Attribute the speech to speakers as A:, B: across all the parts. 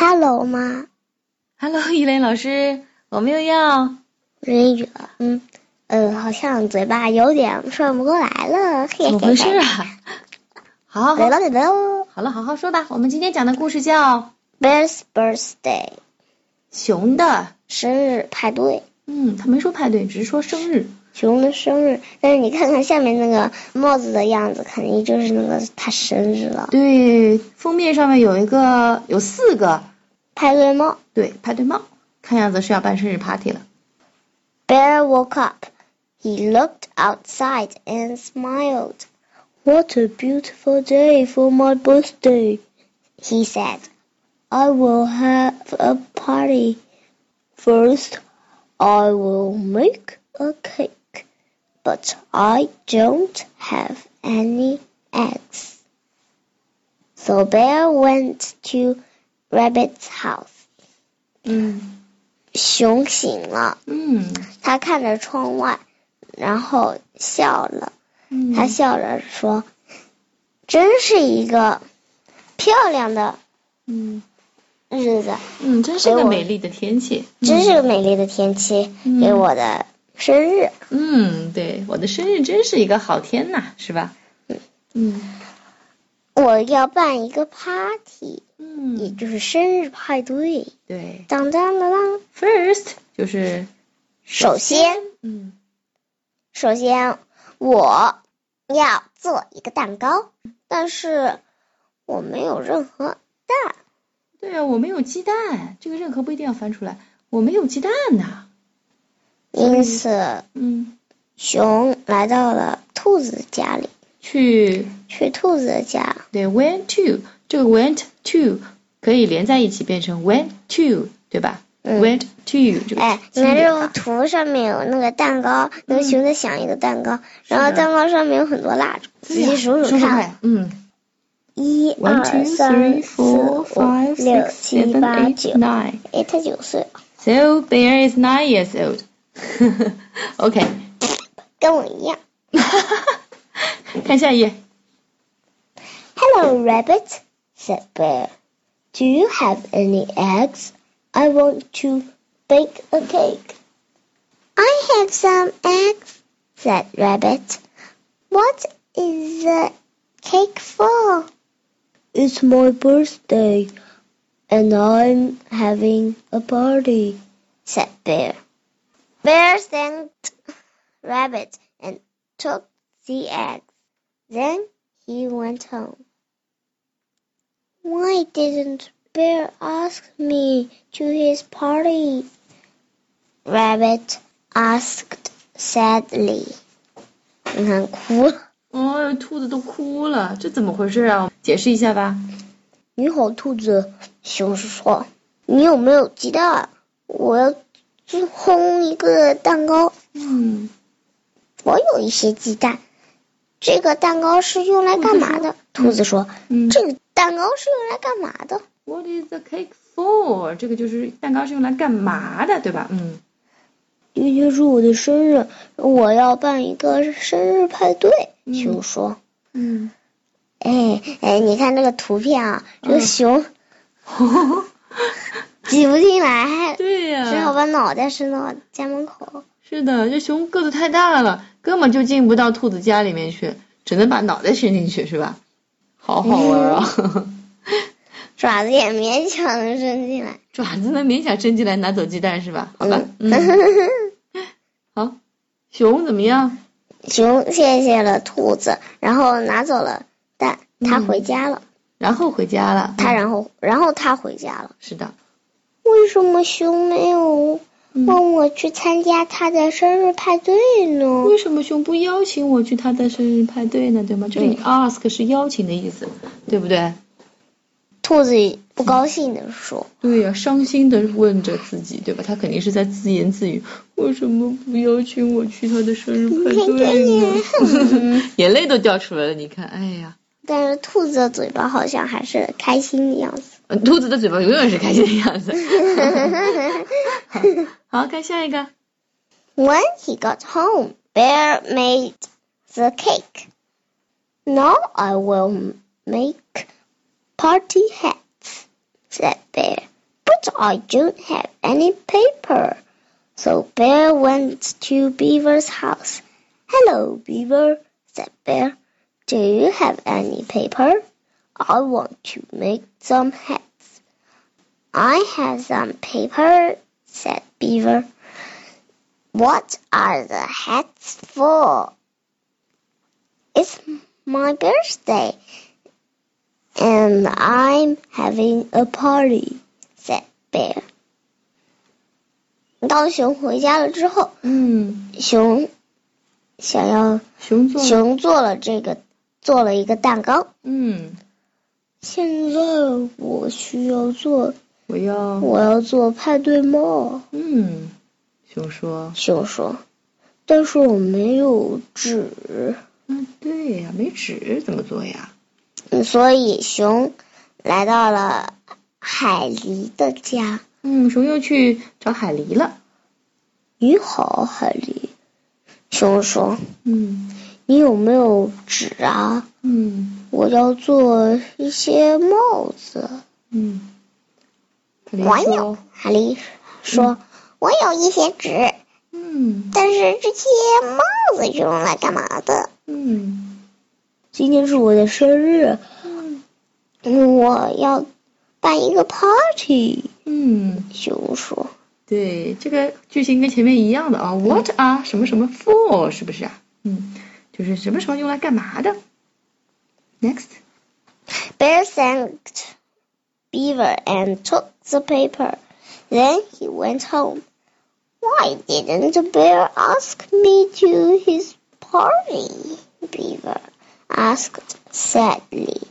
A: Hello 吗？
B: Hello，依 林老师，我们又要
A: 日语，嗯，呃，好像嘴巴有点顺不过来了，嘿
B: 怎么回事？ 啊？好好
A: 对
B: 好，
A: 了对了
B: 好了，好好说吧。我们今天讲的故事叫《
A: ，Bear's birthday
B: 熊的》。
A: 生日派对，
B: 嗯，他没说派对，只是说生日。
A: 熊的生日。但是你看看下面那个帽子的样子，肯定就是那个他生日了。
B: 对，封面上面有一个，有四个，
A: 派对帽
B: 对，派对帽，看样子是要办生日 party 了。
A: Bear woke up. He looked outside and smiled. What a beautiful day for my birthday, he said. I will have a party. First, I will make a cake, but I don't have any eggs. So Bear went to Rabbit's house.
B: 嗯
A: 熊醒了。
B: 嗯
A: 他看着窗外，然后笑了。
B: 嗯，
A: 他笑着说：“真是一个漂亮的
B: 嗯
A: 日子，
B: 嗯，真是个美丽的天气。
A: 真是个美丽的天气，
B: 嗯
A: 给我的生日。
B: 嗯，对，我的生日真是一个好天呐，是吧？嗯
A: 我要办一个 party，、也
B: 嗯，
A: 就是生日派对。
B: 对
A: 当当当当，
B: ，first 就是
A: 首先，
B: 嗯
A: 首先我要做一个蛋糕，但是我没有任何蛋。”
B: 对啊，我没有鸡蛋，这个任何不一定要翻出来，我没有鸡蛋呐。
A: 因此，
B: 嗯，
A: 熊来到了兔子家里。
B: 去
A: 去兔子的家。
B: 对 went to 这个 went to 可以连在一起变成 went to 对吧、
A: 嗯
B: w e n t to 这个
A: 哎，你
B: 轻一
A: 看这
B: 点
A: 种
B: 啊
A: 图上面有那个蛋糕，那个熊在想一个蛋糕，然后
B: 的
A: 蛋糕上面有很多蜡烛，仔
B: 对呀
A: 细数
B: 数
A: 看，
B: 看，嗯
A: 一
B: ，one
A: 二
B: two
A: 三
B: three
A: 四
B: four
A: 五
B: five
A: 六
B: six
A: 七
B: seven
A: 八
B: eight
A: 九，
B: nine。
A: 哎，他九岁，
B: So Bear is nine years old. OK，
A: 跟我一样。
B: 看下一页。
A: Hello, rabbit," said Bear. "Do you have any eggs? I want to bake a cake." "I have some eggs," said Rabbit. "What is the cake for?" "It's my birthday, and I'm having a party," said Bear. Bear thanked Rabbit and took the eggs. Then he went home. Why didn't Bear ask me to his party? Rabbit asked sadly. 你看，哭了。
B: 哦，兔子都哭了，这怎么回事啊？解释一下吧。
A: 你好，兔子。熊说：“你有没有鸡蛋？啊我要做烘一个蛋糕。
B: 嗯，
A: 我有一些鸡蛋。这个蛋糕是用来干嘛的？”兔子说：“
B: 嗯
A: 这个蛋糕是用来干嘛的？”
B: What is the cake for？这个就是蛋糕是用来干嘛的，对吧？嗯
A: 今天是我的生日，我要办一个生日派对。熊说
B: 嗯，：“
A: 哎哎，你看这个图片啊，这个
B: 嗯
A: 熊挤不进来，
B: 对呀、
A: 只好把脑袋伸到家门口。
B: 是的，这熊个子太大了，根本就进不到兔子家里面去，只能把脑袋伸进去，是吧？好好玩啊！
A: 爪子也勉强能伸进来。
B: 爪子能勉强伸进来拿走鸡蛋是吧？好吧，嗯， 好，熊怎么样？
A: 熊谢谢了兔子，然后拿走了蛋，它回家了。
B: 然后回家了。
A: 它
B: 嗯
A: 然后然后它回家了。
B: 是的，
A: 为什么熊没有
B: 嗯
A: 问我去参加它的生日派对呢？
B: 为什么熊不邀请我去他的生日派对呢？对吗？这里 ask 是邀请的意思，对不对？
A: 兔子不高兴地说
B: 对呀、伤心的问着自己，对吧？他肯定是在自言自语，为什么不邀请我去他的生日派对呢？嗯 眼泪都掉出来了，你看，哎呀，：“
A: 但是兔子的嘴巴好像还是开心的样子。
B: 呃兔子的嘴巴永远是开心的样子。好，看下一个，”
A: When he got home, Bear made the cake. Now I will make party hats," said Bear. I don't have any paper. So Bear went to Beaver's house. Hello, Beaver, said Bear. Do you have any paper? I want to make some hats. I have some paper, said Beaver. What are the hats for? It's my birthday, and I'm having a party, said Bear. 当熊回家了之后，
B: 嗯，
A: 熊想要
B: 熊做了，
A: 熊做了这个做了一个蛋糕。
B: 嗯，
A: 现在我需要做，
B: 我要，
A: 我要做派对帽。
B: 嗯，熊说，
A: 熊说：“但是我没有纸。
B: 嗯，对呀、没纸怎么做呀？”
A: 嗯所以熊来到了海狸的家。
B: 嗯，熊又去找海狸了。
A: 你好，海狸。熊说
B: 嗯：“
A: 你有没有纸啊？
B: 嗯
A: 我要做一些帽子。
B: 嗯，海”
A: 我
B: 狸
A: 有
B: 说，。
A: 海狸说：“我有一些纸，
B: 嗯
A: 但是这些帽子是用来干嘛的？”
B: 嗯
A: 今天是我的生日，
B: 嗯
A: 嗯我要办一个 party。
B: 嗯，
A: 熊说
B: 对，这个句型跟前面一样的啊。What are 什么什么 for 是不是啊？嗯，就是什么什么用来干嘛的？Next，
A: ：“Bear thanked Beaver and took the paper. Then he went home. Why didn't the bear ask me to his party? Beaver asked sadly.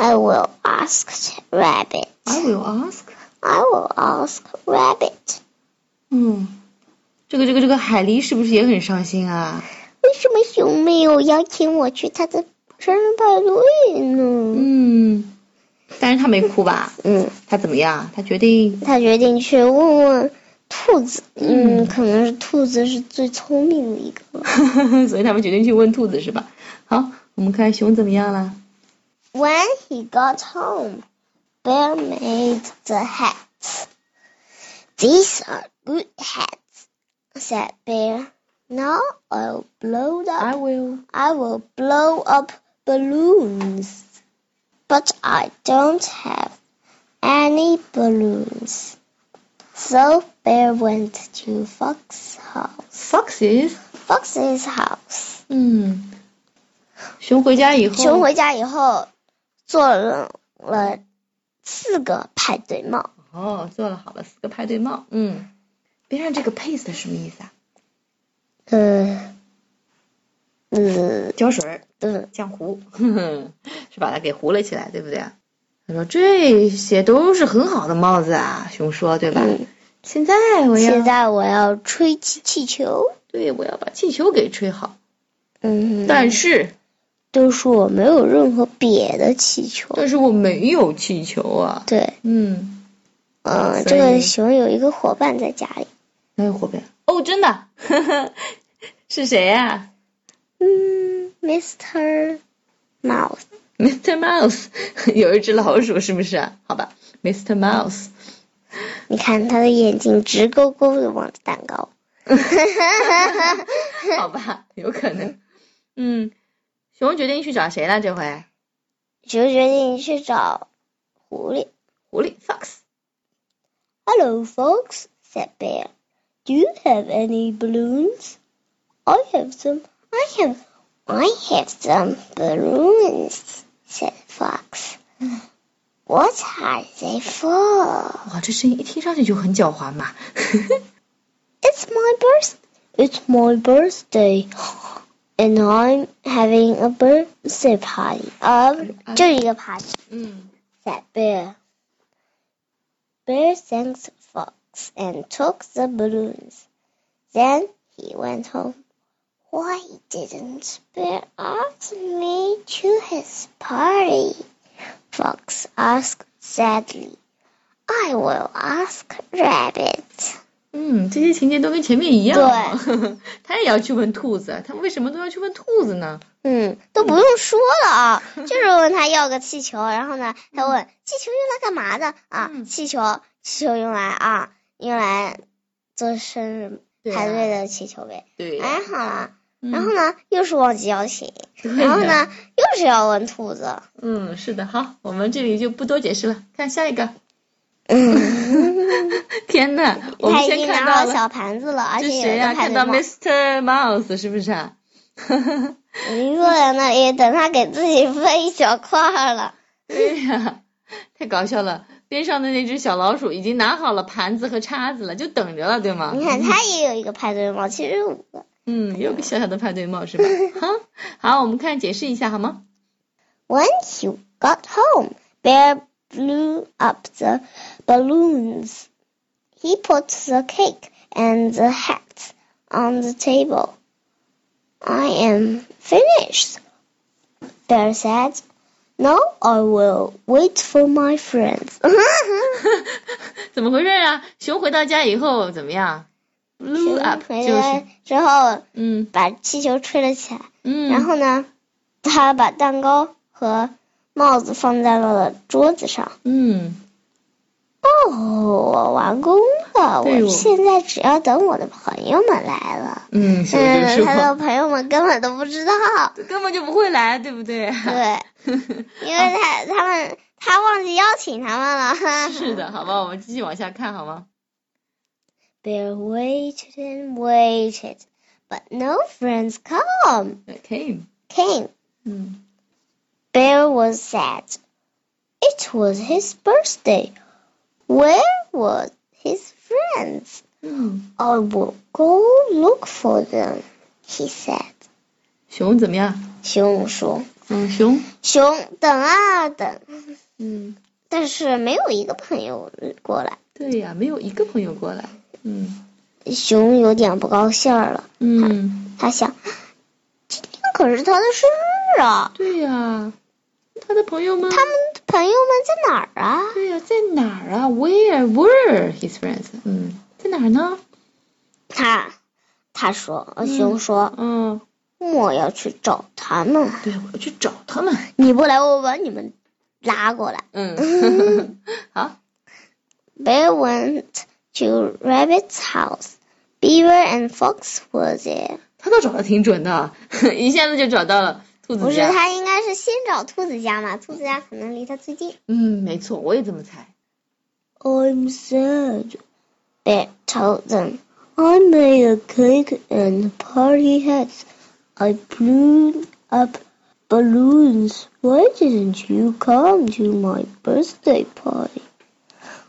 A: I will ask Rabbit.
B: I will ask。
A: I will ask Rabbit.
B: 嗯，这个这个这个海狸是不是也很伤心啊？
A: 为什么熊没有邀请我去他的生日派对呢？
B: 嗯，但是他没哭吧？
A: 嗯，
B: 他怎么样？他决定，
A: 他决定去问问兔子，嗯，
B: 嗯
A: 可能是兔子是最聪明的一个。
B: 所以他们决定去问兔子是吧？好，我们看熊怎么样了。
A: When he got home, Bear made the hats. These are good hats, said Bear. Now I'll blow them.
B: will.
A: I will blow up balloons. But I don't have any balloons. So Bear went to Fox's house.
B: Foxes。
A: Fox's house.
B: 嗯，熊回家以后，
A: 熊回家以后，做了了四个派对帽。
B: 哦，做了好了四个派对帽。嗯，边上这个 paste 什么意思啊？
A: 嗯，嗯
B: 胶水儿
A: 嗯，
B: 浆糊，哼哼， 是把它给糊了起来，对不对啊？他说这些都是很好的帽子啊，熊说对吧？
A: 嗯
B: 现在我要
A: 现在我要吹气气球。
B: 对我要把气球给吹好，
A: 嗯，
B: 但是
A: 都是我没有任何别的气球。
B: 但是我没有气球啊。
A: 对。
B: 嗯，
A: 嗯，
B: 所
A: 这个
B: 以
A: 熊有一个伙伴在家里，
B: 哪有火呗？哦，真的， 是谁啊呀、
A: 嗯，Mr. Mouse，
B: m r Mouse，有一只老鼠是不是啊？好吧 ，Mr. Mouse。
A: 你看他的眼睛直勾勾的望着蛋糕。
B: 好吧，有可能。嗯，熊决定去找谁了？这回
A: 熊决定去找狐狸。
B: 狐狸 Fox。
A: Hello, folks," said Bear. "Do you have any balloons? I have some. I have. I have some balloons," said Fox. "What are they for?"
B: 哇，这声音一听上去就很狡猾嘛。
A: It's my birth. It's my birthday, and I'm having a birthday party. Um, 就是一个 party.
B: 嗯
A: That bear. Bear thanked Fox and took the balloons. Then he went home. Why didn't Bear ask me to his party? Fox asked sadly. I will ask Rabbit.
B: 嗯，这些情节都跟前面一样。对， 他也要去问兔子，他为什么都要去问兔子呢？
A: 嗯，都不用说了啊，就是问他要个气球，然后呢，他问气球用来干嘛的啊？
B: 嗯
A: 气球，气球用来啊，用来做生日
B: 对啊
A: 派对的气球呗。
B: 对呀、
A: 哎，好了，
B: 嗯
A: 然后呢，又是忘记邀 请，
B: 对
A: 然后
B: 呀
A: 呢，又是要问兔子。
B: 嗯，是的，好，我们这里就不多解释了，看下一个。
A: 嗯
B: 天呐，我们
A: 他已
B: 先
A: 经
B: 看
A: 拿
B: 到
A: 好
B: 了，
A: 小盘子了，而
B: 这
A: 且有
B: 谁
A: 一
B: 呀、
A: 个派
B: 看
A: 对
B: 到
A: 帽。
B: Mr. Mouse 是不是啊？
A: 我一个人那里，等他给自己分一小块儿了。
B: 对呀、太搞笑了。边上的那只小老鼠已经拿好了盘子和叉子了，就等着了，对吗？
A: 你看，他也有一个派对帽，其实五个。
B: 嗯，也有个小小的派对帽是吧？ 好，好，我们看解释一下好吗？
A: When he got home, Bear blew up the balloons. He put the cake and the hats on the table. I am finished, Bear said. Now I will wait for my friends.
B: 怎么回事啊？熊回到家以后怎么样？Blew up
A: 回
B: 就是
A: 来之后，
B: 嗯
A: 把气球吹了起来，
B: 嗯，
A: 然后呢，他把蛋糕和帽子放在了桌子上。
B: 嗯
A: 哦，我完工了，
B: 对
A: 我
B: 哦
A: 现在只要等我的朋友们来了。
B: 嗯，所以就是
A: 嗯，
B: 说
A: 他的朋友们根本都不知道，
B: 根本就不会来，对 不对？
A: 对，因为他他们他忘记邀请他们了。
B: 是的，好吧，我们继续往下看好吗？
A: Bear waited and waited, but no friends come
B: Okay，
A: came.
B: 嗯
A: Bear was sad. It was his birthday. Where were his friends?
B: 嗯，
A: I will go look for them, he said.
B: 熊怎么样？
A: 熊说：“
B: 嗯，熊，
A: 熊，等啊等，
B: 嗯，
A: 但是没有一个朋友过来。
B: 对呀，没有一个朋友过来，嗯”
A: 熊有点不高兴儿了，
B: 嗯，
A: 他想，今天可是他的生日啊，
B: 对呀，他的朋友们，
A: 他们朋友们在哪儿啊？
B: 对呀，在哪儿啊？Where were his friends？嗯，在哪儿呢？
A: 他他说，呃熊说，
B: 嗯，
A: 我要去找他们。
B: 对，我要去找他们。
A: 你不来，我把你们拉过来。
B: 嗯， 好，
A: Bear went to Rabbit's house. Beaver and Fox were there.
B: 他倒找的挺准的， 一下子就找到了兔
A: 不
B: 子
A: 是，
B: 家。
A: 他应该是先找兔子家嘛，兔子家可能离他最近。
B: 嗯，没错，我也这么猜。
A: I'm sad. Bear told them. I made a cake and party hats. I blew up balloons. Why didn't you come to my birthday party?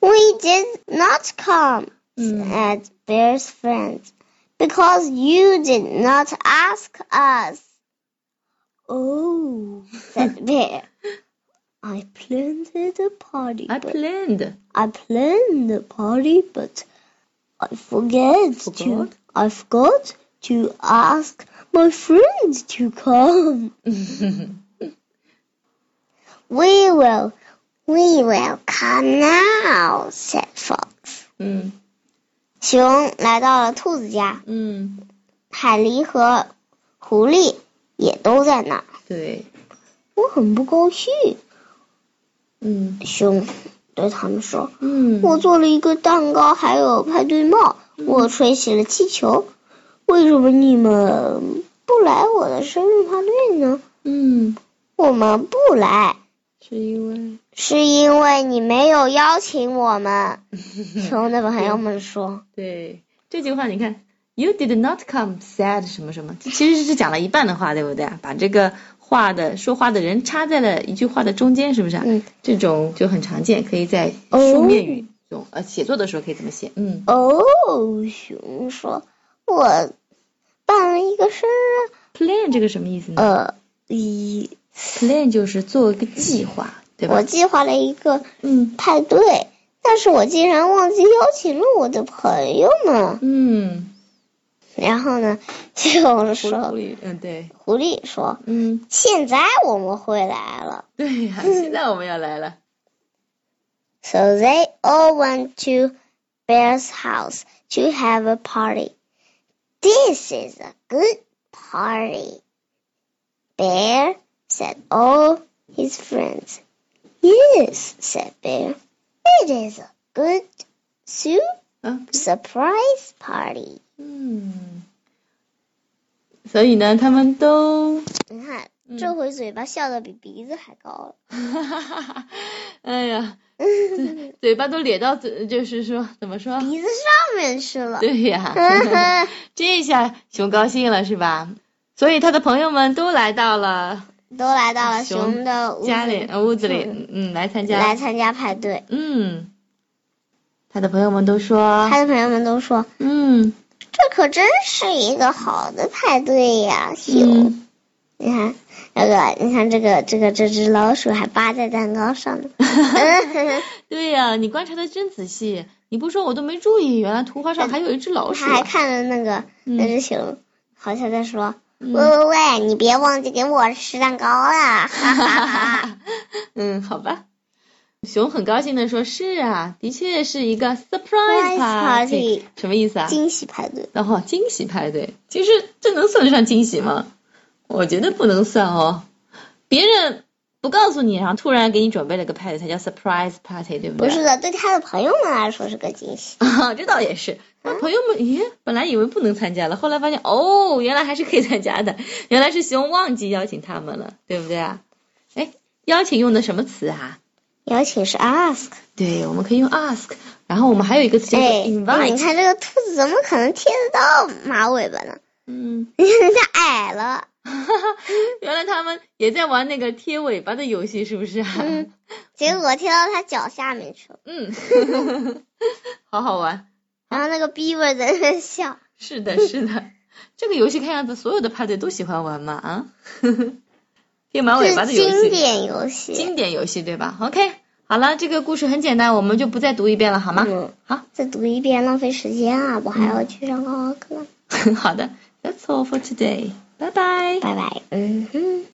A: We did not come,
B: 嗯
A: said Bear's friends, because you did not ask us. Oh, said Bear. I planted a party.
B: I
A: but-
B: planned.
A: I planned the party, but I forget to.
B: Forgot?
A: I forgot to ask my friends to come. We will, we will come now," said Fox.
B: 嗯
A: 熊来到了兔子家，
B: 嗯，
A: 海狸和狐狸也都在那儿。
B: 对，
A: 我很不高兴，
B: 嗯
A: 熊对他们说：“
B: 嗯，
A: 我做了一个蛋糕，还有派对帽，我吹起了气球。为什么你们不来我的生日派对呢？
B: 嗯，
A: 我们不来，
B: 是因为
A: 是因为你没有邀请我们。 熊的朋友们说
B: 对这句话，你看，You did not come, said 什么什么，其实是讲了一半的话，对不对？把这个话的说话的人插在了一句话的中间，是不是啊？
A: 嗯
B: 这种就很常见，可以在书面语中，呃，写作的时候可以这么写，嗯：“
A: 哦，熊说，我办了一个生日，
B: ，plan 这个什么意思呢
A: 呃，一
B: ？plan 就是做一个计划，对
A: 我
B: 吧？
A: 计划了一个
B: 嗯
A: 派对，但是我竟然忘记邀请了我的朋友们。”
B: 嗯，
A: 然后呢，熊
B: 狐
A: 说，
B: 狸，嗯对，
A: 狐狸说，
B: 嗯。
A: 现在我们会来了。
B: 对呀、现在我们要来了。
A: So they all went to bear's house to have a party. This is a good party. Bear said all his friends. Yes, said Bear. It is a good su-
B: 啊，
A: surprise party.
B: 嗯，所以呢，他们都，
A: 你看，这回嘴巴笑的比鼻子还高了。
B: 哈哈哈哈， 哎呀， 嘴嘴巴都咧到嘴，就是说怎么说？
A: 鼻子上面去了。
B: 对 呀，这下熊高兴了是吧？所以他的朋友们都来到了
A: 都来到了
B: 啊熊
A: 熊的屋子
B: 家里呃屋子里，嗯，来参
A: 来
B: 加，
A: 参加派对。
B: 嗯，他的朋友们都说，
A: 他的朋友们都说，
B: 嗯
A: 这可真是一个好的派对呀，熊。
B: 嗯，
A: 你看，那个，你看这个这个这只老鼠还扒在蛋糕上 呢。
B: 对呀，你观察的真仔细，你不说我都没注意，原来图画上还有一只老鼠
A: 他还
B: 啊，
A: 看着那个那
B: 嗯
A: 只熊，好像在说：“
B: 嗯
A: 喂喂喂，你别忘记给我吃蛋糕啦！”哈哈哈。
B: 嗯，好吧。熊很高兴的说：“是啊，的确是一个 surprise
A: Surprise party
B: 什么意思啊？
A: 惊喜派对，
B: 然后惊喜派对，其实这能算得上惊喜吗？我觉得不能算哦。别人不告诉你，然后突然给你准备了个派对，才叫 surprise party，对不
A: 不
B: 对？
A: 是的，对他的朋友们来说是个惊喜。
B: 啊，这倒也是。那朋友们，咦，本来以为不能参加了，后来发现哦，原来还是可以参加的。原来是熊忘记邀请他们了，对不对啊？哎，邀请用的什么词啊？
A: 邀请是 ask，
B: 对，我们可以用 ask，然后我们还有一个词叫做
A: 哎，你
B: invite，
A: 看这个兔子怎么可能贴得到马尾巴呢？
B: 嗯，
A: 人家矮了，
B: 原来他们也在玩那个贴尾巴的游戏，是不是啊？
A: 嗯结果贴到他脚下面去了。
B: 嗯， 好好玩。
A: 然后那个 beaver 在那笑，
B: 是的，是的，这个游戏看样子所有的派对都喜欢玩嘛啊， 贴马尾巴
A: 这
B: 的
A: 是
B: 游
A: 经
B: 戏，
A: 典游戏。
B: 经典游戏对吧？OK，好了，这个故事很简单，我们就不再读一遍了，好吗？
A: 嗯，
B: 好，
A: 再读一遍浪费时间啊！我还要
B: 嗯
A: 去上高考课。
B: 好的，That's all for today，拜拜。
A: 拜拜。嗯哼。